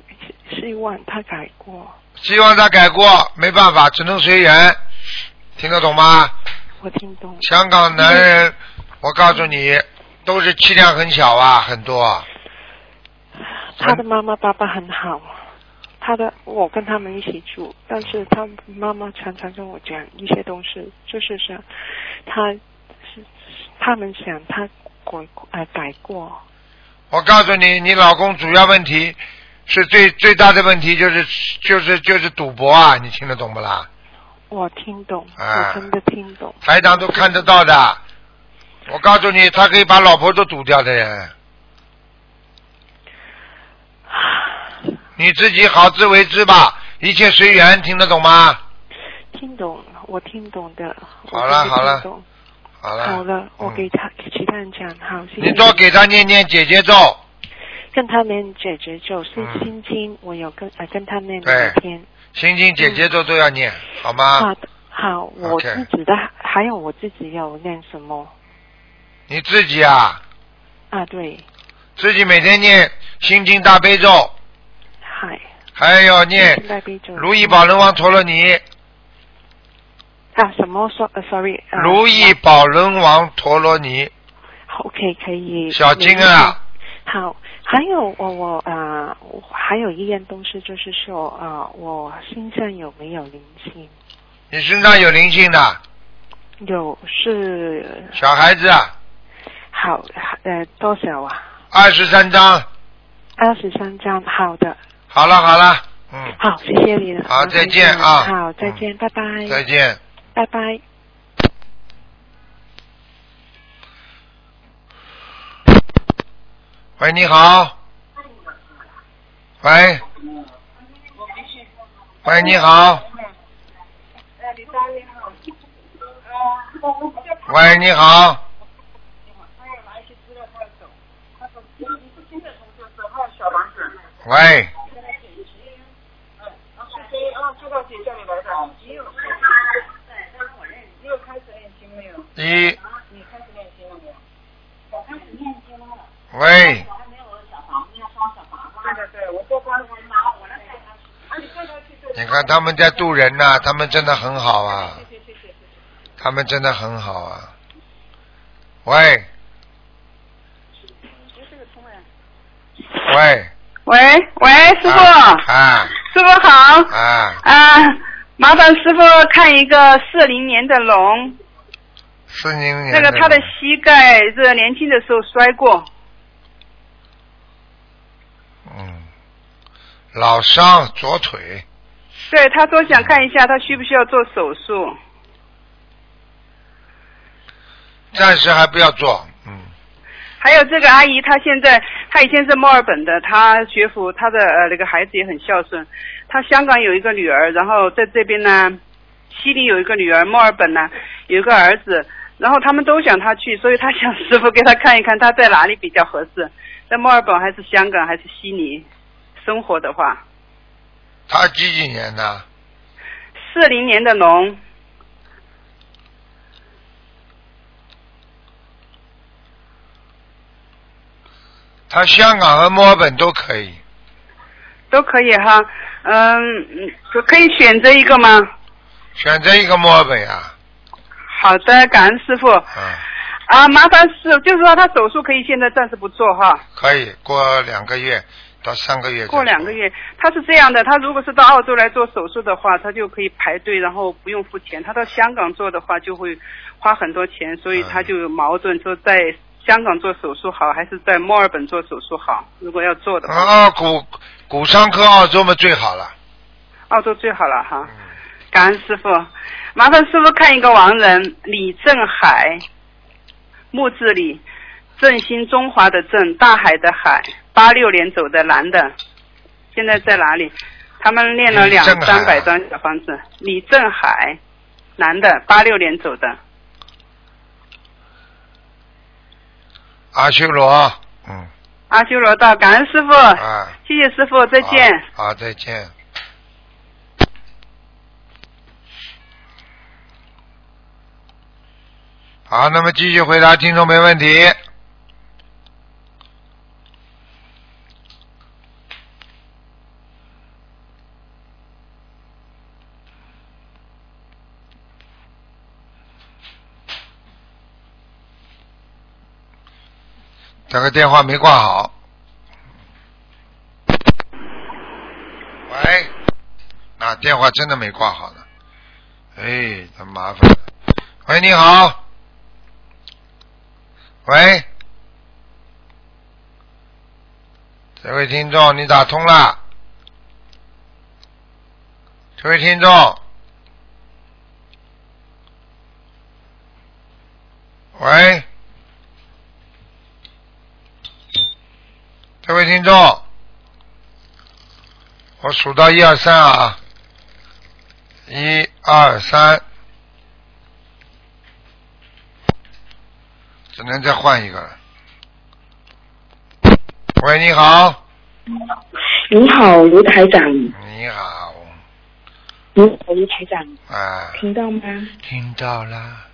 希希望他改过。
希望他改过，没办法，只能随缘，听得懂吗？
我听懂，
香港男人，我告诉你，都是气量很小啊，很多。
他
嗯
的妈妈爸爸很好，他的我跟他们一起住，但是他妈妈常常跟我讲一些东西，就是说他是他们想他改呃改过，
我告诉你，你老公主要问题是最最大的问题就是就是就是赌博啊，你听得懂不啦？
我听懂，
啊
我真的听懂，
台长都看得到的。我告诉你，他可以把老婆都赌掉的 人。你自己好自为之吧，一切随缘，听得懂吗？
听懂，我听懂的。我
好了
真的
好了
听懂
好了，
好了，我
嗯
给他给其他人讲，好，谢谢
你多给他念念姐姐咒，
跟他们解决就是
嗯
心经，我有跟呃跟他们
对
聊天。
心经姐姐咒都要念，好吗
好？的，好，我
OK
自己的还有我自己要念什么
你自己啊，
啊？对，
自己每天念心经大悲咒，
嗨，嗯
还要念
现在备注
如意宝轮王陀罗尼，
啊什么说呃，sorry，啊
如意宝轮王陀罗尼
好 OK 可以。嗯
小经啊，
好，还有我我啊、我还有一样东西就是说啊、我身上有没有灵性？
你身上有灵性的
有是
小孩子啊，
好呃多少啊？
二十三章，
二十三张，好的，
好了好了，嗯，
好，谢谢你了。
好再见啊
好，再见，拜拜，
再见。
拜拜。
喂，你好。喂。喂，你好。喂，你好。喂，一。喂，你看他们在渡人呐、他们真的很好啊，他们真的很好啊。喂，喂，
喂喂，师傅，
啊啊
师傅好
啊，
啊！麻烦师傅看一个四零年的龙，
四零年
那个他的膝盖是年轻的时候摔过，
嗯，老伤左腿，
对他说想看一下他需不需要做手术。
暂时还不要做，嗯，
还有这个阿姨，她现在她以前是墨尔本的，她学府，她的呃那个孩子也很孝顺。她香港有一个女儿，然后在这边呢，悉尼有一个女儿，墨尔本呢有一个儿子，然后他们都想她去，所以她想师傅给她看一看，她在哪里比较合适，在墨尔本还是香港还是悉尼生活的话，
他几几年的？
四零年的龙，
他香港和墨尔本都可以，
都可以哈，嗯，嗯可可以选择一个吗？
选择一个墨尔本啊，
好的，感恩师傅。
嗯，
啊，麻烦是，就是说他手术可以现在暂时不做哈，
可以过两个月到三个月，
过两个，月。他是这样的，他如果是到澳洲来做手术的话，他就可以排队，然后不用付钱；他到香港做的话，就会花很多钱，所以他就有矛盾，说在香港做手术好，还是在墨尔本做手术好？如果要做的话，
啊，骨骨伤科澳洲嘛最好了，
澳洲最哦好了哈
嗯。，
感恩师傅，麻烦师傅看一个亡人李正海，木字李，振兴中华的振，大海的海，八六年走的男的，现在在哪里？他们练了两
李正海啊
三百张小房子。李正海，男的，八六年走的，
阿修
啊
罗，嗯，
阿修罗道，感恩师傅，
啊，
谢谢师傅，再见。
好，好，再见。好，那么继续回答听众没问题。这个电话没挂好。喂，那电话真的没挂好呢，哎，真麻烦了。喂，你好。喂，这位听众，你打通了。这位听众，喂，这位听众。我数到一二三啊，一二三，只能再换一个了。喂，你好，
你好，卢台长。
你好，
你好，卢台长，
啊，
听到吗？
听到啦，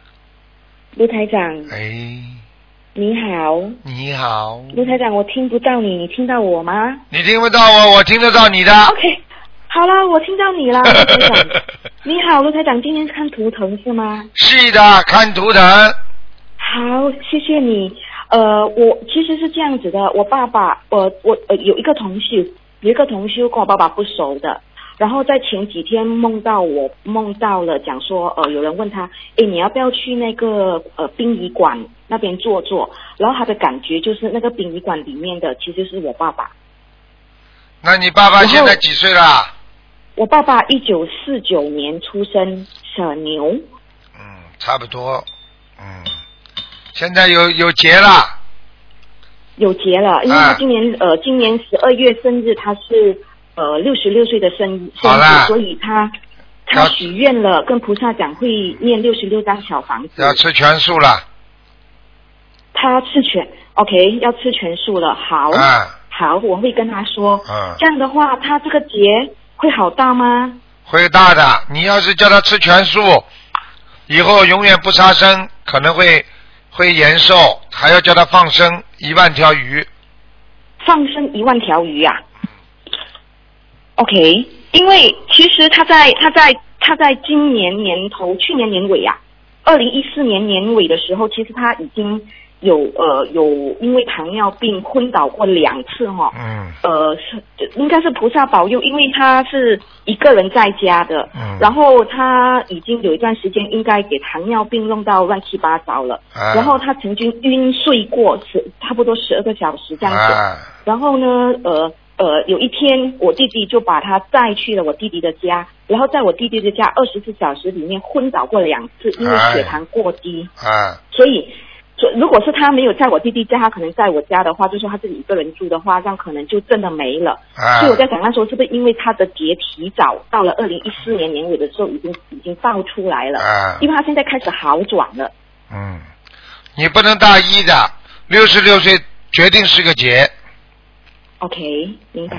卢台长，
哎，
你好，
你好，
卢台长，我听不到你，你听到我吗
你听不到我，我听得到你的。
？OK，好了，我听到你了，卢台长。 你好，卢台长，今天看图腾是吗？
是的，看图腾，
好，谢谢你。呃，我其实是这样子的，我爸爸，我我呃有一个同事，有一个同事跟我爸爸不熟的，然后在前几天梦到我梦到了，讲说呃有人问他，诶，你要不要去那个呃殡仪馆那边坐坐？然后他的感觉就是那个殡仪馆里面的其实是我爸爸，
那你爸爸
然后
现在几岁啦？
我爸爸一九四九年出生，舍牛，
嗯，差不多，嗯，现在有有结
嗯
了，
有结了，因为他
嗯
今年、呃，今年十二月生日，他是呃六十六岁的生日，
好
生
啦
日所以他
要
他许愿了，跟菩萨讲会念六十六张小房子，
要吃全素了，
他吃全，OK，要吃全素了，好，
嗯
好，我会跟他说，
嗯，
这样的话，他这个结会好大吗？
会大的。你要是叫他吃全素，以后永远不杀生，可能会会延寿，还要叫他放生一万条鱼。
放生一万条鱼啊？OK，因为其实他在他在他在今年年头，去年年尾啊，二零一四年年尾的时候，其实他已经有呃有因为糖尿病昏倒过两次哦。
嗯
呃，是应该是菩萨保佑，因为他是一个人在家的，
嗯
然后他已经有一段时间应该给糖尿病弄到乱七八糟了，
啊
然后他曾经晕睡过十差不多十二个小时这样子，
啊
然后呢，呃呃，有一天我弟弟就把他带去了我弟弟的家，然后在我弟弟的家二十四小时里面昏倒过两次，因为血糖过低，
啊
所以。所以如果是他没有在我弟弟家，他可能在我家的话，就说他自己一个人住的话，这样可能就真的没了。
啊！
所以我在想，那时候是不是因为他的劫提早到了二零一四年年尾的时候，已经已经爆出来了？
啊
因为他现在开始好转了。
嗯，你不能大一的，六十六岁决定是个劫。
OK，明白。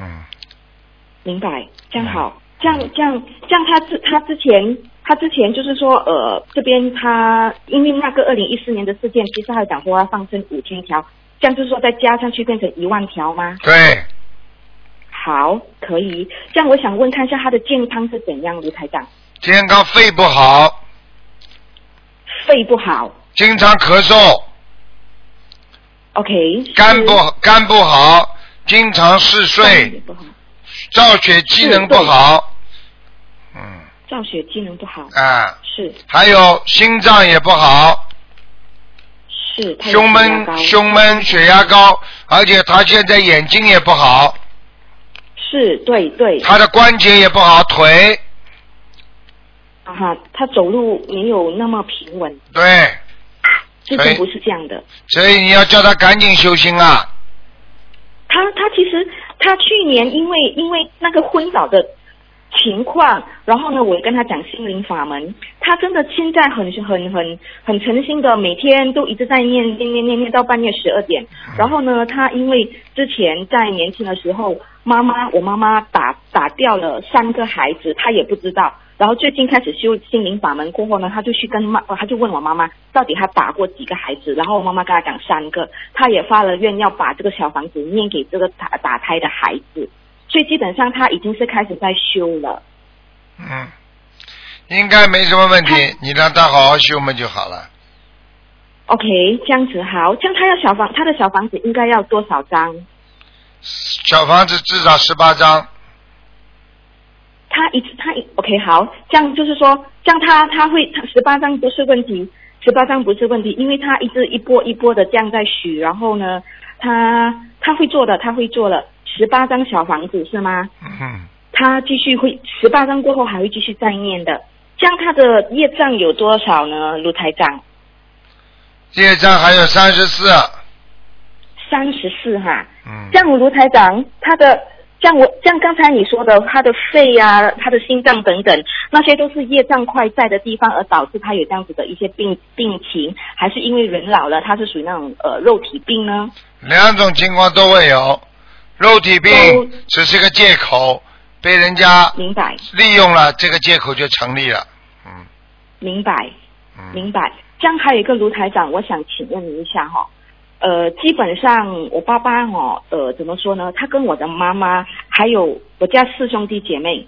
嗯，
明白，这样好，这样这样这样他之他之前他之前就是说呃这边他因为那个二零一四年的事件，其实他有讲说要放生五千条，这样就是说再加上去变成一万条吗？
对，
好，可以。这样我想问看一下他的健康是怎样，卢台长，
健康肺不好，
肺不好
经常咳嗽，
，OK，是
肝不肝不好，经常嗜
肝
睡
也，不好，
造血机能不好。嗯
造血机能不好，
啊，
是
还有心脏也不好，
是，他
胸
有血压高
闷胸闷，血压高，而且他现在眼睛也不好，
是对对，
他的关节也不好，腿
啊哈，他走路没有那么平稳，
对，
之
所以
前不是这样的。
所以你要叫他赶紧修心啊。
他他其实他去年因为因为那个昏倒的情况，然后呢，我也跟他讲心灵法门，他真的现在很很很很诚心的，每天都一直在念念念念念到半夜十二点。然后呢，他因为之前在年轻的时候，妈妈我妈妈打打掉了三个孩子，他也不知道。然后最近开始修心灵法门过后呢，他就去跟妈，呃他就问我妈妈到底他打过几个孩子，然后我妈妈跟他讲三个，他也发了愿要把这个小房子念给这个打打胎的孩子，所以基本上他已经是开始在修了。
嗯，应该没什么问题
他，
你让他好好修嘛就好了。
OK，这样子好，这样他要小房，他的小房子应该要多少张？
小房子至少十八张，
他一次他一 OK 好，这样就是说，这样他他会他十八张不是问题，十八张不是问题，因为他一直一波一波的这样在许，然后呢，他他会做的，他会做了，十八张小房子是吗？
嗯，
他继续会十八张过后还会继续再念的，这样他的业障有多少呢？卢台长，
业障还有三十四，
三十四哈，
嗯
这，样卢台长他的像我像刚才你说的，他的肺呀、啊、他的心脏等等，那些都是业障快在的地方，而导致他有这样子的一些病病情，还是因为人老了，他是属于那种呃肉体病呢？
两种情况都会有，肉体病只是个借口，被人家
明白
利用了，这个借口就成立了。嗯
明白
嗯，
明白。这样还有一个卢台长，我想请问你一下哈、呃，基本上我爸爸哦，呃，怎么说呢？他跟我的妈妈还有我家四兄弟姐妹，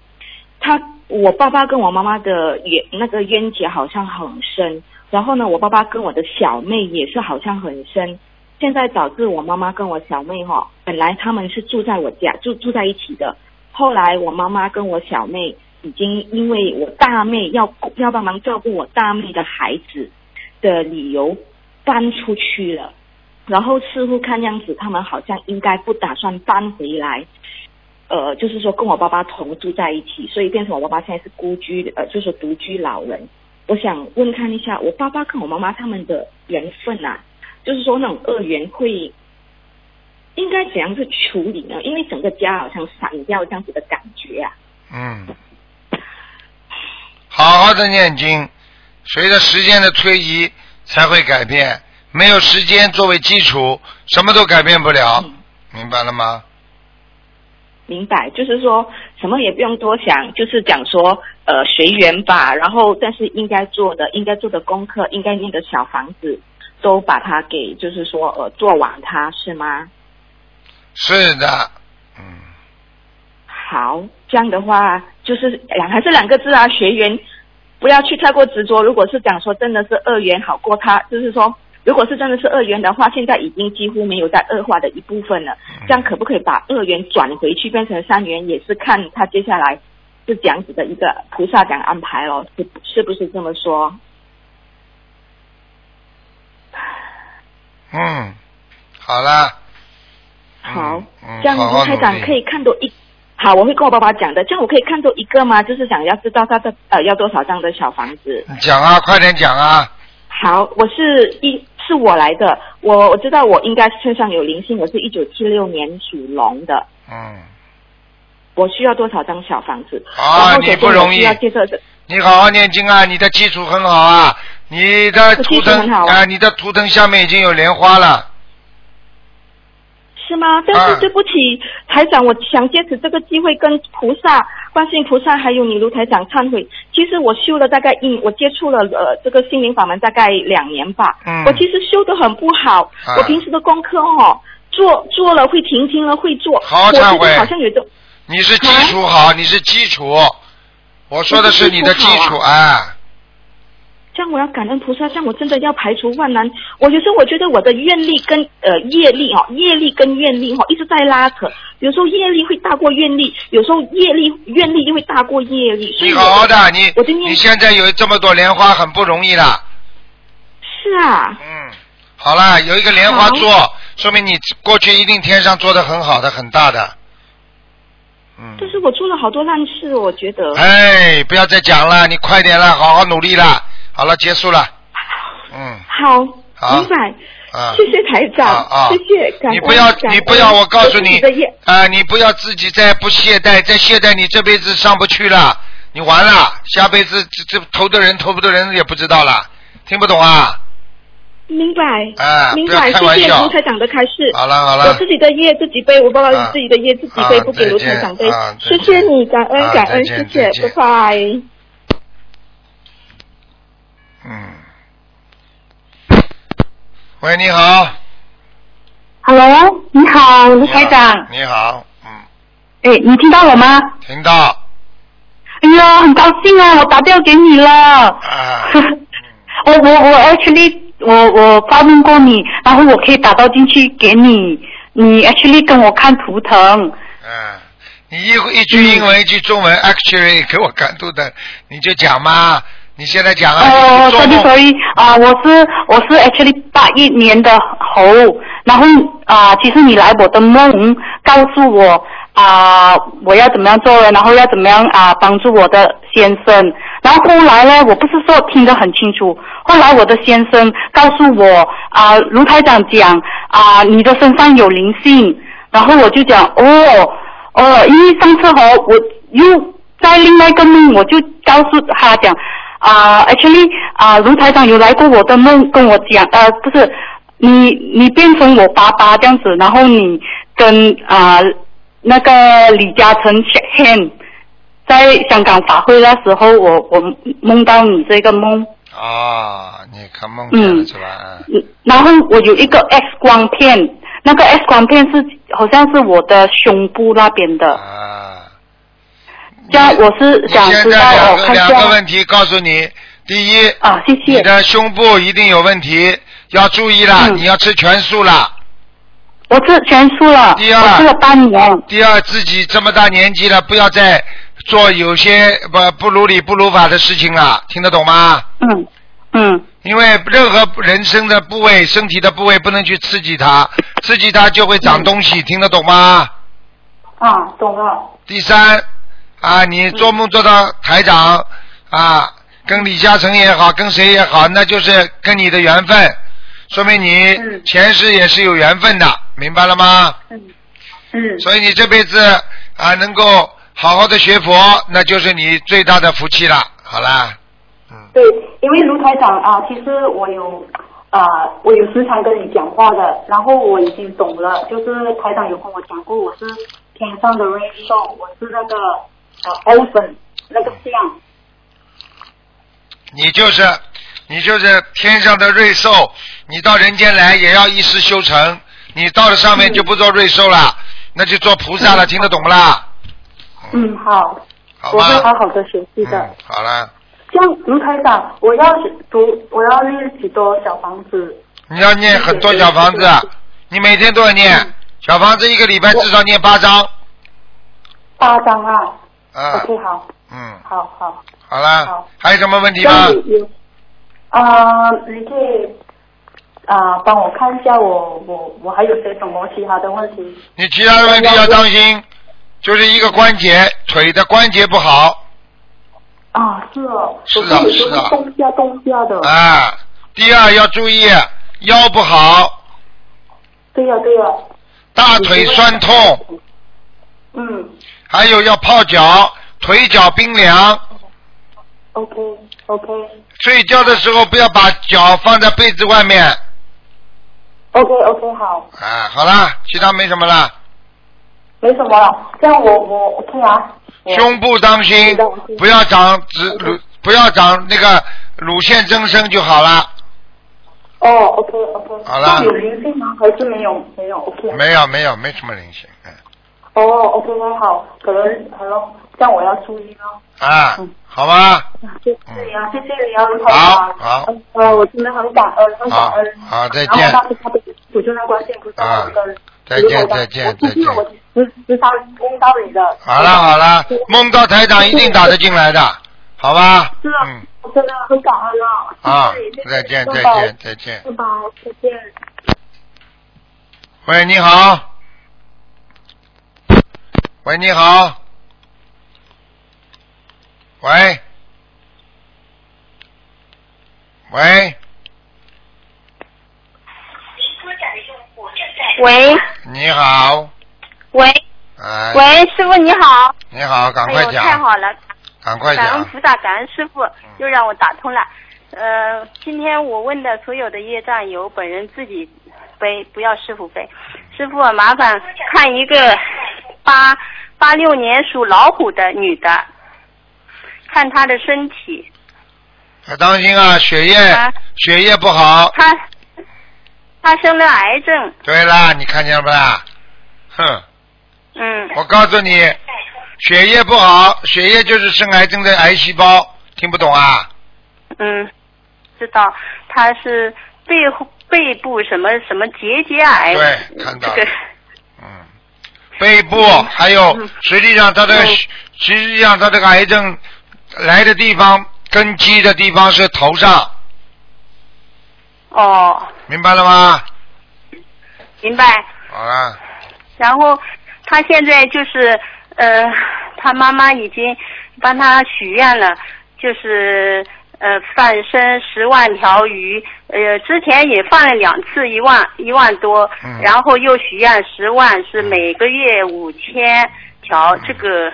他我爸爸跟我妈妈的冤那个冤结好像很深，然后呢，我爸爸跟我的小妹也是好像很深。现在导致我妈妈跟我小妹哈、本来他们是住在我家住住在一起的，后来我妈妈跟我小妹已经因为我大妹要要帮忙照顾我大妹的孩子的理由搬出去了。然后似乎看样子，他们好像应该不打算搬回来，呃，就是说跟我爸爸同住在一起，所以变成我爸爸现在是孤居，呃，就是独居老人。我想问看一下，我爸爸跟我妈妈他们的缘分啊，就是说那种恶缘会应该怎样去处理呢？因为整个家好像散掉这样子的感觉啊。
嗯，好好的念经，随着时间的推移才会改变。没有时间作为基础，什么都改变不了，明白了吗？
明白，就是说什么也不用多想，就是讲说呃随缘吧，然后但是应该做的、应该做的功课、应该念的小房子，都把它给就是说呃做完它是吗？
是的，嗯，
好，这样的话就是两还是两个字啊，学员不要去太过执着。如果是讲说真的是二元好过它，就是说如果是真的是二元的话，现在已经几乎没有在恶化的一部分了。
嗯
这样可不可以把二元转回去变成三元，也是看他接下来是这样子的一个菩萨讲安排咯，是是不是这么说？
嗯，好啦，
好，
嗯，
这样
好好
卢台
努
长可
力。
以看多一，好，我会跟我爸爸讲的。这样我可以看多一个吗？就是想要知道他的呃要多少张的小房子。
你讲啊，快点讲啊！
好，我是一是我来的，我我知道我应该身上有灵性，我是一九七六年属龙的，
嗯，
我需要多少张小房子？然
啊，
后
你
首
不
先我
容
需
易
要，接受的
你好好念经啊，你的基础很好啊，你的
我基
图
础
腾
很好啊
啊，你的图腾下面已经有莲花了。
是吗？但
啊
是对不起，台长，我想借此这个机会跟菩萨、观世音菩萨还有你卢台长忏悔。其实我修了大概一，我接触了呃这个心灵法门大概两年吧。
嗯
我其实修得很不好，
啊
我平时的功课哦，做做了会停，停了会做。
好好
我自己
忏悔
好像有一种
你是基础好，你是基础。我说的是你的基
我是基
础
础好
啊，
这样我要感恩菩萨，这样我真的要排除万难。我有时候我觉得我的愿力跟呃业力哦，业力跟愿力哦一直在拉扯，有时候业力会大过愿力，有时候业力愿力又会大过业力。所以
你
我
好好的，你
我就念
你现在有这么多莲花，很不容易了。
是啊，
嗯，好啦，有一个莲花座，说明你过去一定天上做的很好的、很大的。嗯。
但是我做了好多烂事，我觉得。
哎，不要再讲了，你快点啦，好好努力啦。好了，结束了。嗯
好，
好
明白，
啊。
谢谢台长，
啊啊
谢谢感恩。
你不要
感，恩
你不要，我告诉
自己
你
的业，
啊、你不要自己再不懈怠，再懈怠你这辈子上不去了，你完了，下辈子这这投的人投不的人也不知道了，听不懂啊？
明白，
啊，
明
不要
白，
开玩
谢谢
笑
卢。台长的开示。
好了好
我
了
自，己的业自己背，我爸
啊
爸自己的业自己背，
啊
不给卢台长背
再见啊。
谢
再
谢
见
你，感恩
啊
感
再
恩，谢
见
谢
再，见
拜拜。
嗯。喂，你好。
Hello，你好，卢台长。
你好，嗯，
哎，你听到我吗？
听到
哎呀，很高兴啊，我打掉给你了。
啊，
我我我 actually 我我发问过你，然后我可以打到进去给你。你 actually 跟我看图腾，
嗯，你一一
嗯
句英文一句中文，actually 给我感动的，你就讲嘛，你现在讲啊，
哦
你做
s
梦
o r r y 啊，我是我是 actually 八一年的猴，然后啊，其实你来我的梦，告诉我啊，我要怎么样做人，然后要怎么样啊帮助我的先生。然后后来呢，我不是说听得很清楚，后来我的先生告诉我啊，卢台长讲啊，你的身上有灵性，然后我就讲哦。哦，因为上次哦，我又在另外一个梦，我就告诉他讲啊、a c t u a l l y 啊、卢台长有来过我的梦，跟我讲，呃，不是，你你变成我爸爸这样子，然后你跟啊、那个李嘉诚 shake hand，在香港法会那时候，我我梦到你这个梦，
啊，你看梦见了是吧？嗯
嗯然后我有一个 X 光片，那个 X 光片是好像是我的胸部那边的。
啊
这样我是
你
想
现
知道
在两
我
个
看一
两个
下
问题告诉你，第一，
啊，谢谢，嗯
你的胸部一定有问题，要注意啦，你要吃全素啦。
我吃全素了，
第二
我吃了半年。
第二，自己这么大年纪了，不要再做有些不不如理不如法的事情了，听得懂吗？
嗯嗯。
因为任何人生的部位、身体的部位不能去刺激它，刺激它就会长东西，听得懂吗？
啊，懂了。
第三，啊，你做梦做到台长啊，跟李嘉诚也好，跟谁也好，那就是跟你的缘分，说明你前世也是有缘分的，明白了吗？
嗯
所以你这辈子啊，能够好好的学佛，那就是你最大的福气了。好啦，
对，因为卢台长啊，其实我有啊、我有时常跟你讲话的，然后我已经懂了，就是台长有跟我讲过，我是天上的 rain song，我是那个呃 o p e n 那个象，
你就是你就是天上的瑞兽，你到人间来也要一世修成。你到了上面就不做瑞兽了，那就做菩萨了，听得懂不啦？
嗯，好，
好
我会
吧嗯
好，好的学习的。
好了，
像卢台长，我要读，我要念许多小房子，
你要念很多小房子，
嗯
你每天都要念小房子，一个礼拜至少念八张。
八张啊。
啊
OK，好，
嗯，
好好。
好啦，还有什么问题吗
家？里有啊、你可以啊、帮我看一下我我我还有些什么其他的问题？
你其他的问题要当心，就是一个关节，腿的关节不好
啊，是哦，
是啊
我这里都
是啊
动下动下的。
啊。第二要注意腰不好，
对呀、对呀、
大腿酸痛，
嗯
还有要泡脚，腿脚冰凉。
，OK OK
睡觉的时候不要把脚放在被子外面。
OK OK，好，
啊，好啦，其他没什么啦。
没什么了。这样我我 OK 啊。我
胸部当心
知道我知，道
不要长直乳，不要长那个乳腺增生就好了。
哦，OK OK。
好啦
有灵性吗？还是没有？没有，OK 啊。
没有没有，没什么灵性。嗯
哦，OK，那好，可能好了，这样我要注意咯。
啊，好吧，嗯
谢谢嗯你啊，谢谢你啊，卢台
好
长。
好
呃，我真的很感恩，很感恩。
好，再
然
见
后。大家的主持人关心不是嗯
啊
我跟。
再见再见再见。
我知知道公道你的。
好了好了，
嗯
梦到台长一定打得进来的，好吧？嗯
是啊，我真的很感恩啊。
啊
谢谢你，
再见再
拜拜
见再见。
拜拜，再见。
喂，你好。喂，你好。喂。喂，
喂
你好，
喂
哎，
喂，师傅你好，
你好，赶
哎
快
呦太
讲，
好了，
赶快
感恩
讲，嗯
菩萨，感恩师傅，又让我打通了。呃，今天我问的所有的业障由本人自己背，不要师傅背。师傅麻烦看一个八八六年属老虎的女的，看她的身体，
要当心啊，血液
啊
血液不好。
她她生了癌症，
对啦，你看见了不啦？哼，
嗯，
我告诉你，血液不好，血液就是生癌症的癌细胞，听不懂啊？
嗯，知道他是背后背部什么什么结节癌，
对，看
这
到了
个
背部，还有实际上它这个血，实际上它这个癌症来的地方，根基的地方是头上，
哦，
明白了吗？
明白。
好了，
然后他现在就是呃，他妈妈已经帮他许愿了，就是呃放生十万条鱼，呃之前也放了两次一万一万多，
嗯
嗯
然后又许愿十万是每个月五千，条，这个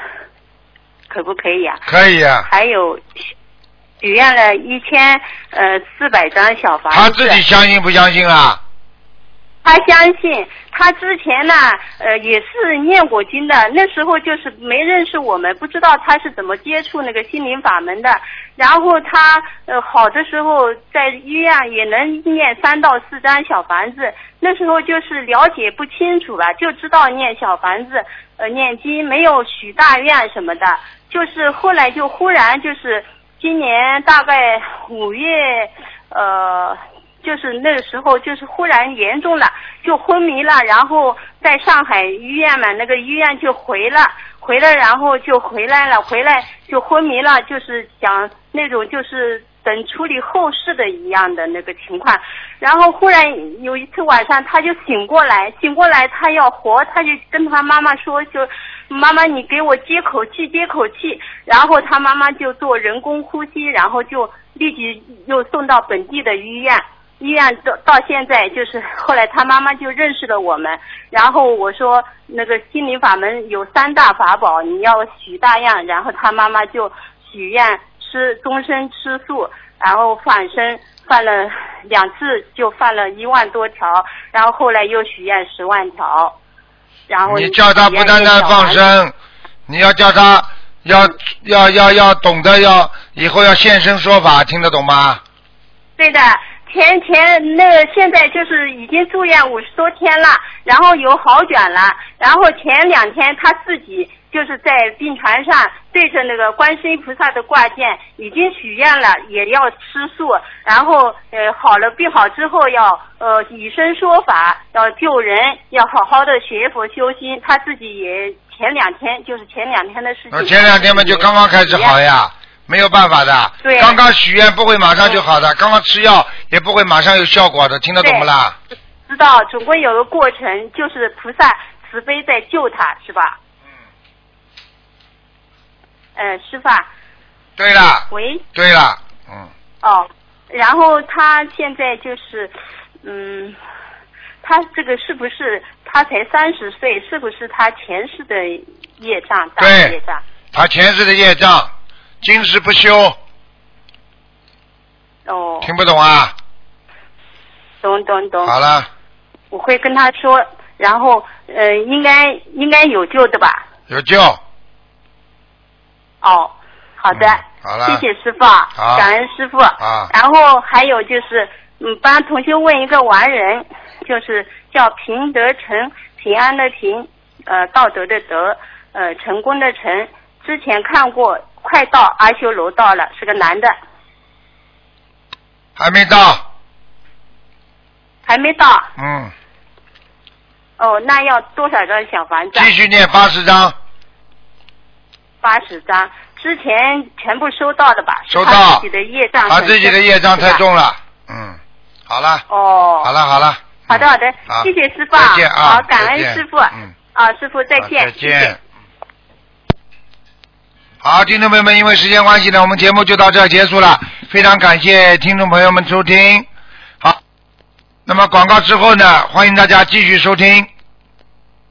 可不可以啊？
可以啊
还有许愿了一千呃四百张小房子，
他自己相信不相信啊？
他相信，他之前呢，呃，也是念过经的。那时候就是没认识我们，不知道他是怎么接触那个心灵法门的。然后他呃好的时候在医院也能念三到四张小房子。那时候就是了解不清楚吧，就知道念小房子，呃，念经没有许大愿什么的。就是后来就忽然就是今年大概五月呃就是那个时候，就是忽然严重了，就昏迷了，然后在上海医院嘛，那个医院就回了，回了，然后就回来了，回来就昏迷了，就是想那种就是等处理后事的一样的那个情况。然后忽然有一次晚上，他就醒过来，醒过来他要活，他就跟他妈妈说，就妈妈你给我接口气，接口气。然后他妈妈就做人工呼吸，然后就立即又送到本地的医院。医院到到现在就是后来他妈妈就认识了我们，然后我说那个心灵法门有三大法宝，你要许大愿，然后他妈妈就许愿吃终身吃素，然后放生放了两次就放了一万多条，然后后来又许愿十万条，然后
你叫他不单单放生，你要叫他要要要要懂得要以后要现身说法，听得懂吗？
对的，前前那个现在就是已经住院五十多天了，然后有好转了，然后前两天他自己就是在病床上对着那个观世音菩萨的挂件已经许愿了，也要吃素，然后呃好了病好之后要呃以身说法，要救人，要好好的学佛修心，他自己也前两天就是前两天的事情，
呃前两天嘛就刚刚开始好呀，没有办法的。
对
刚刚许愿不会马上就好的，刚刚吃药也不会马上有效果的，听得懂不啦？
知道总归有个过程，就是菩萨慈悲在救他，是吧？嗯。呃，师傅啊。
对啦，
喂。
对啦，嗯。
哦，然后他现在就是，嗯，他这个是不是他才三十岁？是不是他前世的业障大
对
业障？
他前世的业障，今世不修，
哦，
听不懂啊？
懂懂懂。
好。了，
我会跟他说，然后呃，应该应该有救的吧？
有救，
哦，好的。
嗯好了。
谢谢师傅啊，
好
感恩师傅。
啊
然后还有就是，嗯，帮同学问一个完人，就是叫平德成，平安的平，呃，道德的德，呃，成功的成。之前看过，快到阿修罗道了，是个男的，
还没到，
还没到。
嗯，
哦，那要多少张小房子啊？
继续念八十章，
八十张，之前全部收到的吧？
收
是他
到
自己的业障很
他
重，
自己的业障太重
啊是吧。
了，
啊
嗯，好了，
哦。
好了，好了，
好的，好的，
好
谢谢师傅啊，
再见啊
好，感
再
恩
见
师傅，
嗯
啊，师傅再见，
再
谢谢
见。好，听众朋友们，因为时间关系呢，我们节目就到这儿结束了。非常感谢听众朋友们收听。好，那么广告之后呢，欢迎大家继续收听